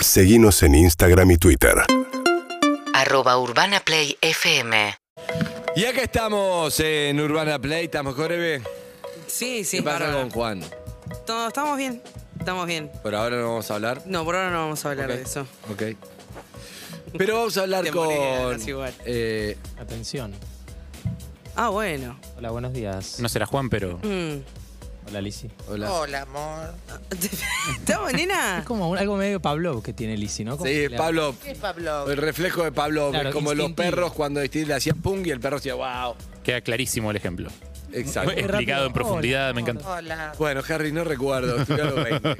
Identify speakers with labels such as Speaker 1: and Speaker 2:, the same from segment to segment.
Speaker 1: Seguimos en Instagram y Twitter.
Speaker 2: arroba urbanaplayfm.
Speaker 3: Y acá estamos en Urbana Play, estamos con Eve.
Speaker 4: Sí, sí,
Speaker 3: ¿Qué pasa
Speaker 4: bárbaro.
Speaker 3: con Juan?
Speaker 4: No, estamos bien. Estamos bien.
Speaker 3: Por ahora no vamos a hablar.
Speaker 4: No, por ahora no vamos a hablar
Speaker 3: Ok.
Speaker 4: de eso.
Speaker 3: Ok. Pero vamos a hablar
Speaker 4: Te
Speaker 3: con.
Speaker 4: morirás igual.
Speaker 3: eh,
Speaker 5: Atención.
Speaker 4: Ah, bueno.
Speaker 5: Hola, buenos días.
Speaker 6: No será Juan, pero.
Speaker 4: Mm.
Speaker 5: Hola, Lisi.
Speaker 3: hola.
Speaker 7: amor.
Speaker 4: ¿Estamos, nena?
Speaker 5: Es como un- algo medio Pablo que tiene Lisi, ¿no? Como
Speaker 3: Sí,
Speaker 5: que le-
Speaker 3: Pablo.
Speaker 7: ¿Qué es Pablo?
Speaker 3: El reflejo de Pablo
Speaker 5: Claro,
Speaker 3: es como los
Speaker 5: instintivo.
Speaker 3: perros cuando le hacían pung y el perro hacía wow.
Speaker 6: Queda clarísimo el ejemplo.
Speaker 3: Exacto.
Speaker 6: Explicado en profundidad,
Speaker 5: Hola,
Speaker 6: me encanta.
Speaker 7: Hola.
Speaker 3: Bueno, Harry, no recuerdo. estudialo 20.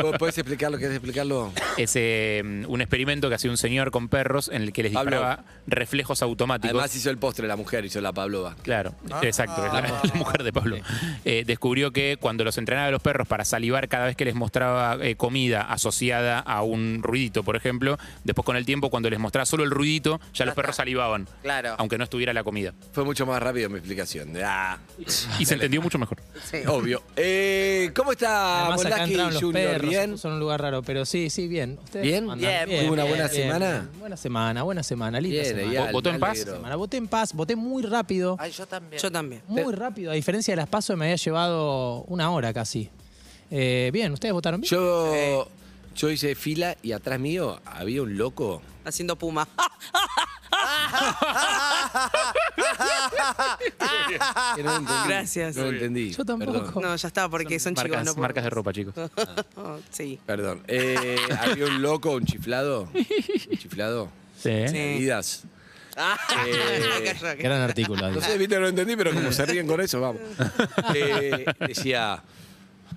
Speaker 3: ¿Vos podés explicar lo que es explicarlo?
Speaker 6: Es eh, un experimento que hacía un señor con perros en el que les
Speaker 3: Pablo.
Speaker 6: disparaba reflejos automáticos.
Speaker 3: Además hizo el postre la mujer, hizo la Pablova.
Speaker 6: Claro, exacto, es la, la mujer de Pablo. Eh, descubrió que cuando los entrenaba a los perros para salivar cada vez que les mostraba eh, comida asociada a un ruidito, por ejemplo, después con el tiempo, cuando les mostraba solo el ruidito, ya los perros salivaban,
Speaker 7: Claro.
Speaker 6: aunque no estuviera la comida.
Speaker 3: Fue mucho más rápido mi explicación. Ah,
Speaker 6: Y se entendió mucho mejor.
Speaker 7: Sí.
Speaker 3: obvio. Eh, ¿Cómo está
Speaker 5: Además, acá
Speaker 3: Molaski
Speaker 5: entraron los
Speaker 3: Junior?
Speaker 5: perros,
Speaker 3: ¿Bien?
Speaker 5: son un lugar raro, pero sí, sí, bien. ¿Ustedes
Speaker 3: Bien,
Speaker 5: cómo
Speaker 7: bien,
Speaker 5: andan?
Speaker 7: ¿Tuvo
Speaker 3: una buena
Speaker 5: bien,
Speaker 3: semana?
Speaker 5: bien. Buena semana, buena semana, linda
Speaker 3: Bien,
Speaker 5: semana.
Speaker 3: Eyal,
Speaker 6: ¿Votó
Speaker 3: me
Speaker 6: en paz?
Speaker 3: alegro.
Speaker 5: Semana. Voté en paz, voté muy rápido,
Speaker 7: Ay, yo también.
Speaker 4: Yo también.
Speaker 5: muy rápido. A diferencia de las pasos me había llevado una hora casi. Eh, bien, ¿ustedes votaron bien?
Speaker 3: Yo, yo hice fila y atrás mío había un loco.
Speaker 4: Haciendo puma.
Speaker 3: que no entendí.
Speaker 4: Gracias.
Speaker 3: No entendí.
Speaker 5: Yo tampoco.
Speaker 3: Perdón.
Speaker 4: No, ya está, porque son, chicos.
Speaker 6: Marcas,
Speaker 4: no podemos.
Speaker 6: marcas de ropa, chicos.
Speaker 4: Oh, sí.
Speaker 3: Perdón. Eh, había un loco, un chiflado. Un chiflado.
Speaker 4: Sí.
Speaker 5: ¿Eh?
Speaker 3: Adidas.
Speaker 4: Ah,
Speaker 3: Eh,
Speaker 4: Acá yo, acá.
Speaker 5: Gran artículo. ahí.
Speaker 3: No
Speaker 6: Ah.
Speaker 3: sé, viste, no lo entendí, pero como se ríen con eso, vamos. Eh, decía,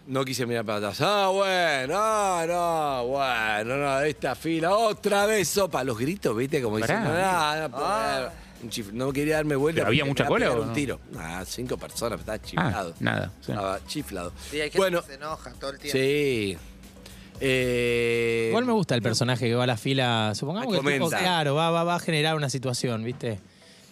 Speaker 3: no quise mirar para atrás. Ah, bueno, ah, no, bueno, no, esta fila, otra vez sopa. Los gritos, viste, como
Speaker 6: Pará.
Speaker 3: diciendo, "Ah, no, puedo ver". Un chif- no quería darme vuelta.
Speaker 6: ¿Pero había
Speaker 3: porque
Speaker 6: mucha
Speaker 3: me iba a
Speaker 6: cola
Speaker 3: pegar
Speaker 6: o
Speaker 3: un
Speaker 6: no?
Speaker 3: tiro. Ah, cinco personas, estaba
Speaker 6: Ah,
Speaker 3: chiflado.
Speaker 6: nada. sí.
Speaker 3: Estaba chiflado.
Speaker 7: Sí, hay gente
Speaker 3: bueno,
Speaker 7: que se enoja todo el tiempo.
Speaker 3: sí. Eh,
Speaker 5: Igual me gusta el personaje que va a la fila. Supongamos que el tipo,
Speaker 3: Comenta.
Speaker 5: claro, va, va, va a generar una situación, ¿viste?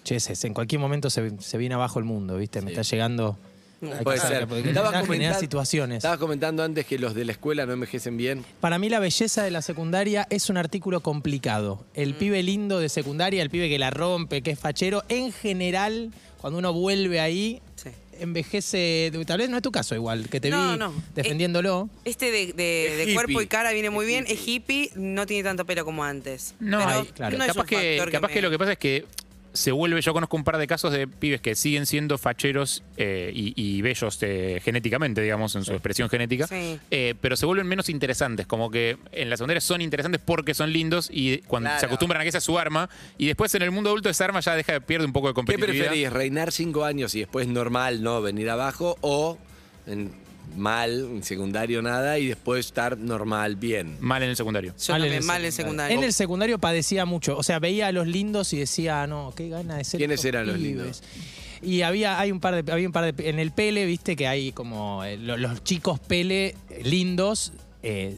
Speaker 5: Che, se- se- en cualquier momento se, se viene abajo el mundo, ¿viste? Me está llegando. Hay que
Speaker 3: Puede
Speaker 5: hacerla,
Speaker 3: ser.
Speaker 5: porque
Speaker 3: Estabas
Speaker 5: generar
Speaker 3: comentan-
Speaker 5: situaciones.
Speaker 3: Estabas comentando antes que los de la escuela no envejecen bien.
Speaker 5: Para mí la belleza de la secundaria es un artículo complicado.
Speaker 3: Mm.
Speaker 5: El pibe lindo de secundaria, el pibe que la rompe, que es fachero, en general, cuando uno vuelve ahí,
Speaker 4: Sí.
Speaker 5: envejece. Tal vez no es tu caso igual, que te
Speaker 4: No,
Speaker 5: vi
Speaker 4: no.
Speaker 3: Eh,
Speaker 5: defendiéndolo.
Speaker 4: Este de, de-
Speaker 3: Es
Speaker 4: de
Speaker 3: hippie.
Speaker 4: cuerpo y cara viene muy bien. Es hippie, no tiene tanto pelo como antes.
Speaker 6: No,
Speaker 4: Pero
Speaker 6: hay-
Speaker 5: claro.
Speaker 4: no es
Speaker 6: capaz,
Speaker 4: un
Speaker 6: que,
Speaker 4: factor
Speaker 6: capaz
Speaker 4: me-
Speaker 6: que lo que pasa es que se vuelve, yo conozco un par de casos de pibes que siguen siendo facheros eh, y, y bellos eh, genéticamente, digamos, en su expresión genética,
Speaker 4: Sí.
Speaker 6: eh, pero se vuelven menos interesantes, como que en la secundaria son interesantes porque son lindos y cuando se
Speaker 7: Claro.
Speaker 6: acostumbran a que esa es su arma, y después en el mundo adulto esa arma ya deja pierde un poco de
Speaker 3: ¿Qué
Speaker 6: competitividad.
Speaker 3: preferís? ¿Reinar cinco años y después normal, no? Venir abajo o en mal, en secundario nada y después estar normal, bien.
Speaker 6: Mal en el secundario.
Speaker 4: Yo también, mal en secundario.
Speaker 5: En el secundario padecía mucho. O sea, veía a los lindos y decía, "Ah, no, qué gana de ser.
Speaker 3: ¿Quiénes
Speaker 5: estos
Speaker 3: eran los
Speaker 5: pibes".
Speaker 3: lindos?
Speaker 5: Y había, hay un par de, había un par de. En el Pele, viste que hay como eh, lo- los, chicos Pele eh, lindos. eh,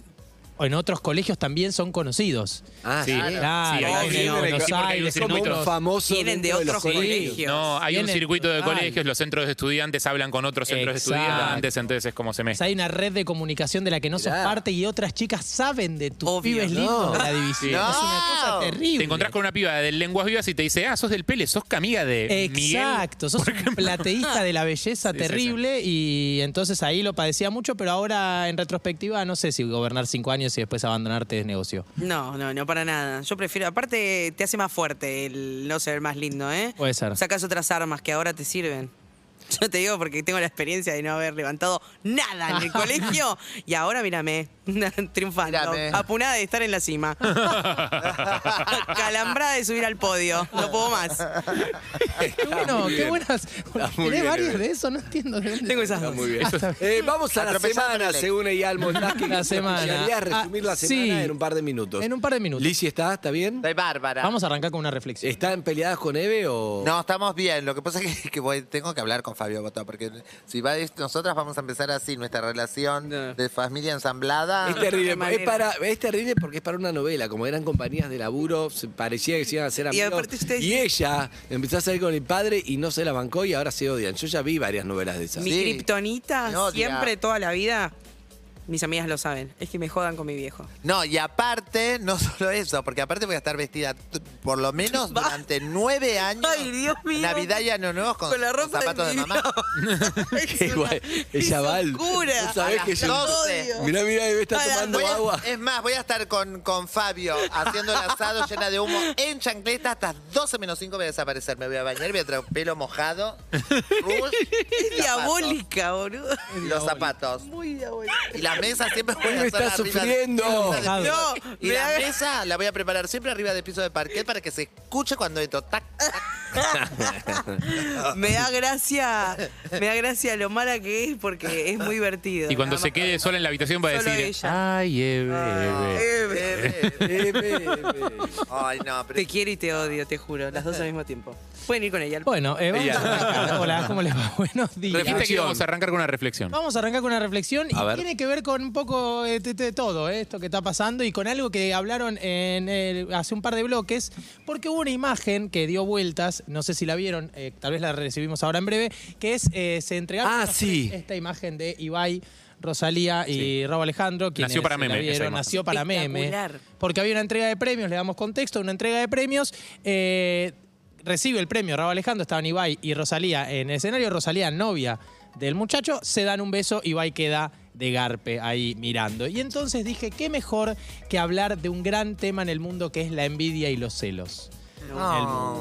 Speaker 5: en otros colegios también son conocidos.
Speaker 3: Ah,
Speaker 6: Sí.
Speaker 3: claro.
Speaker 5: Claro,
Speaker 6: Sí, hay-
Speaker 5: en
Speaker 3: hay-
Speaker 5: Buenos
Speaker 6: sí, porque hay
Speaker 5: Aires,
Speaker 6: un
Speaker 5: en
Speaker 3: Como
Speaker 6: circuito.
Speaker 5: otros-
Speaker 3: un famoso
Speaker 4: Vienen de
Speaker 3: dentro
Speaker 4: otros
Speaker 3: los
Speaker 4: colegios.
Speaker 6: No, hay un
Speaker 5: Tiene-
Speaker 6: circuito de
Speaker 5: total.
Speaker 6: colegios, los centros de estudiantes hablan con otros centros de
Speaker 5: Exacto.
Speaker 6: estudiantes, entonces es como se
Speaker 5: O
Speaker 6: mezcla.
Speaker 5: sea, hay una red de comunicación de la que no sos
Speaker 3: Mirá.
Speaker 5: parte y otras chicas saben de tus
Speaker 4: Obvio,
Speaker 5: pibes
Speaker 4: no.
Speaker 5: lindos de la división.
Speaker 6: No.
Speaker 5: Es una cosa terrible.
Speaker 6: Te encontrás con una piba de lenguas vivas y te dice, ah, sos del Pele, sos camiga de Miguel.
Speaker 5: Eh, Exacto, sos un plateísta de la belleza
Speaker 6: Sí, sí,
Speaker 5: terrible y entonces ahí lo padecía mucho, pero ahora en retrospectiva no sé si gobernar cinco años y después abandonarte es negocio.
Speaker 4: No, no, no, para nada. Yo prefiero, aparte te hace más fuerte el no ser más lindo, ¿eh?
Speaker 5: Puede ser.
Speaker 4: Sacas otras armas que ahora te sirven. Yo te digo porque tengo la experiencia de no haber levantado nada en el colegio y ahora mírame, triunfando,
Speaker 7: Mírame.
Speaker 4: apunada de estar en la cima. Calambrada de subir al podio, no puedo más.
Speaker 5: Qué bueno,
Speaker 3: muy
Speaker 5: qué
Speaker 3: bien.
Speaker 5: buenas.
Speaker 3: muy
Speaker 5: ¿Tenés
Speaker 3: bien,
Speaker 5: varias
Speaker 3: Eve.
Speaker 5: de eso? No entiendo de dónde.
Speaker 4: Tengo esas
Speaker 3: Está
Speaker 4: dos.
Speaker 3: muy bien. Eh, vamos a la
Speaker 7: Atropellado
Speaker 3: semana,
Speaker 7: en el-
Speaker 3: según Eyal Molaski.
Speaker 5: La semana.
Speaker 3: Deberías resumir la
Speaker 5: Ah, sí.
Speaker 3: semana en un par de minutos.
Speaker 5: En un par de minutos.
Speaker 3: Lizzie está, ¿está bien?
Speaker 7: Soy Bárbara.
Speaker 5: Vamos a arrancar con una reflexión.
Speaker 3: ¿Están peleadas con Eve o...?
Speaker 7: No, estamos bien. Lo que pasa es que, que voy- tengo que hablar con Fabio Botó, porque si va de- nosotras vamos a empezar así, nuestra relación de familia ensamblada.
Speaker 4: Este
Speaker 3: Es terrible, es,
Speaker 4: Ah, manera.
Speaker 3: para, es terrible porque es para una novela, como eran compañías de laburo, se- parecía que se iban a ser
Speaker 4: Y
Speaker 3: amigos.
Speaker 4: aparte ustedes-
Speaker 3: Y, ella empezó a salir con el padre y no se la bancó y ahora se odian. Yo ya vi varias novelas de esas.
Speaker 4: Mi
Speaker 7: Sí.
Speaker 4: kriptonita
Speaker 7: Me odia.
Speaker 4: siempre, toda la vida, Mis amigas lo saben. Es que me jodan con mi viejo.
Speaker 7: No, y aparte, no solo eso, porque aparte voy a estar vestida t- por lo menos
Speaker 4: Va.
Speaker 7: durante nueve años.
Speaker 4: Ay, Dios mío.
Speaker 7: Navidad y Año Nuevo con,
Speaker 4: Con la ropa
Speaker 7: con zapatos de,
Speaker 4: mi
Speaker 7: mamá.
Speaker 4: Es
Speaker 3: Que igual, ella va al-
Speaker 4: locura.
Speaker 3: ¿Vos sabés
Speaker 7: A
Speaker 3: que
Speaker 7: las
Speaker 3: yo-
Speaker 7: 12.
Speaker 3: Mirá, mirá, debe estar
Speaker 4: A las
Speaker 3: tomando
Speaker 7: Voy a-
Speaker 3: agua.
Speaker 7: es más, voy a estar con, con Fabio haciendo el asado llena de humo en chancleta hasta 12 menos 5 voy a desaparecer. Me voy a bañar, voy a traer pelo mojado, rouge,
Speaker 4: Es diabólica, boludo.
Speaker 7: y los zapatos.
Speaker 4: Muy diabólica.
Speaker 7: Y la mesa siempre voy a
Speaker 3: me
Speaker 7: estar
Speaker 3: está
Speaker 7: arriba de-
Speaker 3: sufriendo.
Speaker 7: arriba de-
Speaker 4: No,
Speaker 7: Ah, y
Speaker 4: me
Speaker 7: la
Speaker 4: da-
Speaker 7: mesa la voy a preparar siempre arriba del piso de parquet para que se escuche cuando entro. Tac, tac.
Speaker 4: Me da gracia, me da gracia lo mala que es porque es muy divertido.
Speaker 6: Y cuando
Speaker 4: Nada
Speaker 6: se
Speaker 4: más.
Speaker 6: quede sola en la habitación va a
Speaker 4: Solo
Speaker 6: decir,
Speaker 4: ella.
Speaker 5: Ah.
Speaker 6: ay, Eve, Eve".
Speaker 4: Eh,
Speaker 7: Eh, Ay, no, pero
Speaker 4: Te quiero y te odio, te juro, las dos al mismo tiempo. Pueden ir con ella.
Speaker 5: Bueno, eh, vamos
Speaker 3: Ella.
Speaker 5: a arrancar. Hola, ¿cómo les va? Buenos días.
Speaker 6: Dijiste que íbamos a arrancar con una reflexión.
Speaker 5: Vamos a arrancar con una reflexión
Speaker 3: A
Speaker 5: y
Speaker 3: ver.
Speaker 5: tiene que ver con un poco eh, de, de todo eh, esto que está pasando y con algo que hablaron en el- hace un par de bloques, porque hubo una imagen que dio vueltas, no sé si la vieron, eh, tal vez la recibimos ahora en breve, que es, eh, se entregaron
Speaker 3: Ah,
Speaker 5: los tres-
Speaker 3: sí.
Speaker 5: esta imagen de Ibai. Rosalía y Robo Alejandro, quienes
Speaker 6: Nació para
Speaker 5: la
Speaker 6: meme, esa
Speaker 5: vieron,
Speaker 6: imagen.
Speaker 5: nació para meme.
Speaker 4: Espectacular.
Speaker 5: Porque había una entrega de premios, le damos contexto, una entrega de premios. eh, recibe el premio Raúl Alejandro, estaban Ibai y Rosalía en el escenario. Rosalía, novia del muchacho, se dan un beso, Ibai queda de garpe ahí mirando. Y entonces dije, qué mejor que hablar de un gran tema en el mundo que es la envidia y los celos.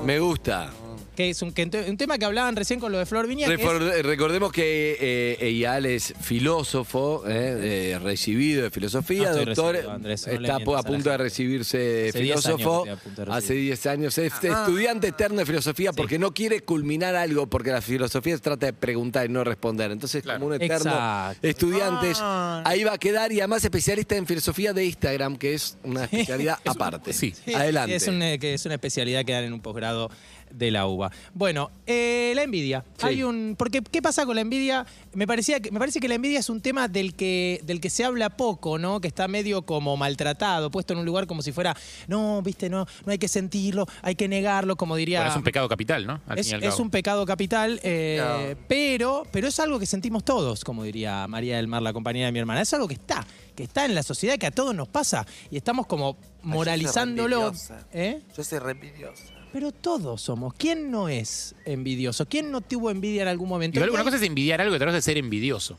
Speaker 3: Me gusta.
Speaker 5: Que es un, que ente- un tema que hablaban recién con lo de Flor Viña. que es-
Speaker 3: Refor- Recordemos que eh, Eyal es filósofo, eh, eh, recibido de filosofía,
Speaker 5: No estoy
Speaker 3: doctor.
Speaker 5: recibido, Andrés, no le
Speaker 3: está po-
Speaker 5: mientas
Speaker 3: a
Speaker 5: a la
Speaker 3: punto de
Speaker 5: gente.
Speaker 3: recibirse de
Speaker 5: Hace 10 años
Speaker 3: filósofo.
Speaker 5: que estoy a punto de
Speaker 3: hace
Speaker 5: recibir.
Speaker 3: 10 años. Es estudiante eterno de filosofía porque no quiere culminar algo, porque la filosofía se trata de preguntar y no responder. Entonces, como un eterno
Speaker 5: Exacto.
Speaker 3: estudiante, es- ahí va a quedar y además especialista en filosofía de Instagram, que es una especialidad aparte.
Speaker 6: sí.
Speaker 5: Sí,
Speaker 3: Adelante.
Speaker 5: Es, un, eh, que es una especialidad que dan en un posgrado de la UBA. Bueno, eh, la envidia.
Speaker 3: Sí.
Speaker 5: Hay un. Porque, ¿qué pasa con la envidia? Me, parecía que, me parece que la envidia es un tema del que, del que se habla poco, ¿no? Que está medio como maltratado, puesto en un lugar como si fuera. No, viste, no, no hay que sentirlo, hay que negarlo, como diría.
Speaker 6: Bueno, es un pecado capital, ¿no? Al
Speaker 5: Es,
Speaker 6: fin y al
Speaker 5: es
Speaker 6: cabo.
Speaker 5: un pecado capital, eh, pero, pero es algo que sentimos todos, como diría María del Mar, la compañera de mi hermana. Es algo que está, que está en la sociedad, que a todos nos pasa. Y estamos como moralizándolo.
Speaker 7: envidiosa.
Speaker 5: ¿Eh?
Speaker 7: yo soy re envidiosa.
Speaker 5: Pero todos somos. ¿Quién no es envidioso? ¿Quién no tuvo envidia en algún momento?
Speaker 6: Igual una
Speaker 5: Y hay-
Speaker 6: cosa es envidiar algo y otra cosa es ser envidioso.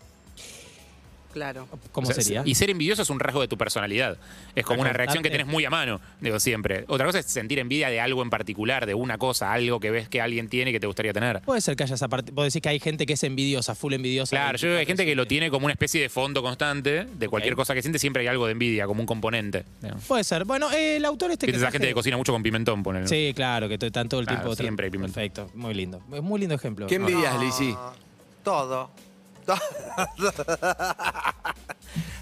Speaker 4: Claro.
Speaker 5: ¿Cómo
Speaker 6: O sea,
Speaker 5: sería?
Speaker 6: Y ser envidioso es un rasgo de tu personalidad. Es como una reacción que tenés muy a mano, digo siempre. Otra cosa es sentir envidia de algo en particular, de una cosa, algo que ves que alguien tiene que te gustaría tener.
Speaker 5: Puede ser que hayas aparte. Vos decís que hay gente que es envidiosa, full envidiosa.
Speaker 6: Claro, yo creo que hay gente que lo tiene como una especie de fondo constante, de cualquier cosa que siente siempre hay algo de envidia, como un componente. digamos.
Speaker 5: Puede ser. Bueno, eh, el autor este que.
Speaker 6: Viste esa
Speaker 5: traje-
Speaker 6: gente que cocina mucho con pimentón, ponele.
Speaker 5: Sí, claro, que están todo el
Speaker 6: Claro,
Speaker 5: tiempo.
Speaker 6: siempre hay pimienta.
Speaker 5: Perfecto, muy lindo. Es muy lindo ejemplo.
Speaker 3: ¿Qué
Speaker 5: No,
Speaker 3: envidias, Lizzy?
Speaker 7: Todo. Todo.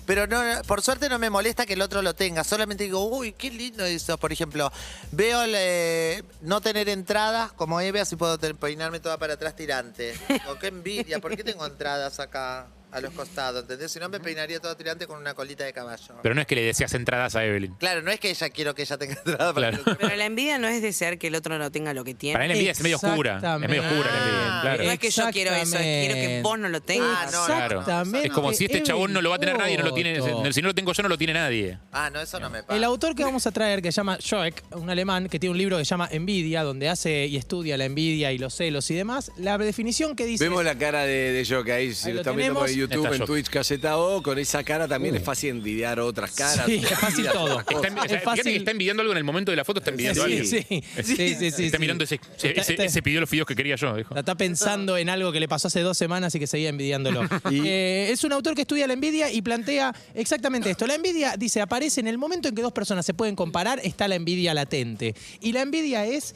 Speaker 7: Pero no, no, por suerte no me molesta que el otro lo tenga. Solamente digo, uy, qué lindo eso. Por ejemplo, veo el, eh, no tener entradas como Eve, así puedo te- peinarme toda para atrás tirante. Digo, qué envidia, ¿por qué tengo entradas acá a los costados? ¿Entendés? Si no, me peinaría toda tirante con una colita de caballo.
Speaker 6: Pero no es que le deseas entradas a Evelyn.
Speaker 7: claro, no es que ella quiero que ella tenga entradas para
Speaker 6: Claro.
Speaker 7: que-
Speaker 4: Pero la envidia no es desear que el otro no tenga lo que tiene.
Speaker 6: Para él la envidia es medio oscura. Es medio oscura la envidia,
Speaker 7: Ah,
Speaker 6: claro.
Speaker 4: No es que yo quiero eso, es que quiero que vos no lo tengas.
Speaker 7: Ah, no,
Speaker 6: Claro.
Speaker 5: Exactamente.
Speaker 6: Es como si este chabón no lo va a tener nadie, no lo tiene.
Speaker 5: Devoto.
Speaker 6: Si no lo tengo yo, no lo tiene nadie.
Speaker 7: Ah, no, eso no me pasa.
Speaker 5: El autor que vamos a traer, que se llama Joek, un alemán que tiene un libro que se llama Envidia, donde hace y estudia la envidia y los celos y demás, la definición que dice...
Speaker 3: Vemos la cara de, de Jock ahí, si
Speaker 5: Ahí
Speaker 3: lo
Speaker 5: lo
Speaker 3: están viendo por
Speaker 5: tenemos.
Speaker 6: Ahí
Speaker 3: YouTube,
Speaker 6: está
Speaker 3: en
Speaker 6: Jock.
Speaker 3: Twitch, Caseta O, con esa cara también es fácil envidiar otras caras.
Speaker 5: Sí, es fácil
Speaker 3: otras
Speaker 5: todo.
Speaker 3: cosas.
Speaker 6: Está, en- o sea,
Speaker 5: Es
Speaker 6: fíjate
Speaker 5: fácil.
Speaker 6: que está envidiando algo en el momento de la foto, está
Speaker 5: Sí,
Speaker 6: envidiando a
Speaker 5: sí,
Speaker 6: alguien.
Speaker 5: sí, sí, sí, sí,
Speaker 6: está
Speaker 5: sí.
Speaker 6: mirando ese, ese-
Speaker 5: Está-
Speaker 6: ese-
Speaker 5: está-
Speaker 6: ese pidió los fideos que quería yo, dijo.
Speaker 5: Está pensando en algo que le pasó hace dos semanas y que seguía envidiándolo. Eh, es un autor que estudia la envidia y plantea exactamente esto. La envidia, dice, aparece en el momento en que dos personas se pueden comparar, está la envidia latente. Y la envidia es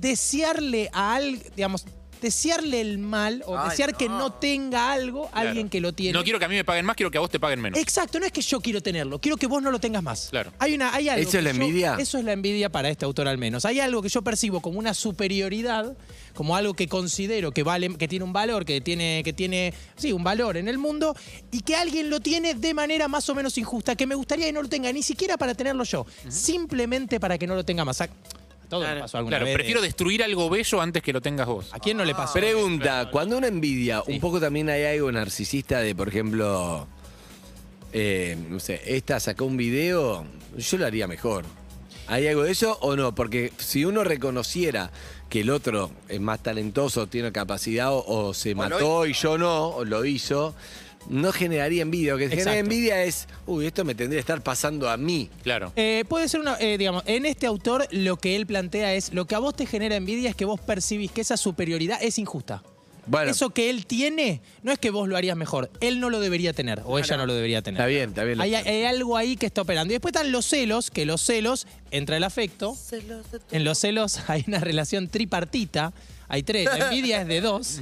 Speaker 5: desearle a alguien, digamos, desearle el mal o
Speaker 7: Ay,
Speaker 5: desear que
Speaker 7: no.
Speaker 5: no tenga algo a alguien
Speaker 6: Claro.
Speaker 5: que lo tiene.
Speaker 6: No quiero que a mí me paguen más, quiero que a vos te paguen menos.
Speaker 5: Exacto, no es que yo quiero tenerlo, quiero que vos no lo tengas más.
Speaker 6: Claro.
Speaker 5: Hay una, hay algo
Speaker 3: ¿Eso es
Speaker 5: que
Speaker 3: la
Speaker 5: yo-
Speaker 3: envidia?
Speaker 5: eso es la envidia para este autor al menos. Hay algo que yo percibo como una superioridad, como algo que considero que vale, que tiene un valor, que tiene, que tiene, sí, un valor en el mundo y que alguien lo tiene de manera más o menos injusta, que me gustaría que no lo tenga, ni siquiera para tenerlo yo, simplemente para que no lo tenga más. A, a todos nos pasó alguna
Speaker 6: Claro,
Speaker 5: vez de-
Speaker 6: prefiero destruir algo bello antes que lo tengas vos.
Speaker 5: ¿A quién no le pasó?
Speaker 3: Pregunta, cuando uno envidia, un poco también hay algo narcisista de, por ejemplo, eh, no sé, esta sacó un video, yo lo haría mejor. ¿Hay algo de eso o no? Porque si uno reconociera que el otro es más talentoso, tiene capacidad o, o se
Speaker 7: Bueno,
Speaker 3: mató y yo no, o lo hizo, no generaría envidia. Lo que genera
Speaker 5: Exacto.
Speaker 3: envidia es, uy, esto me tendría que estar pasando a mí.
Speaker 6: Claro.
Speaker 5: Eh, puede ser una, eh, digamos, en este autor lo que él plantea es, lo que a vos te genera envidia es que vos percibís que esa superioridad es injusta.
Speaker 3: Bueno,
Speaker 5: Eso que él tiene, no es que vos lo harías mejor, él no lo debería tener o ella no lo debería tener.
Speaker 3: está bien, está bien. lo
Speaker 5: Hay,
Speaker 3: que-
Speaker 5: hay algo ahí que está operando. Y después están los celos, que los celos, entra el afecto. En los celos hay una relación tripartita. Hay tres. La envidia es de dos.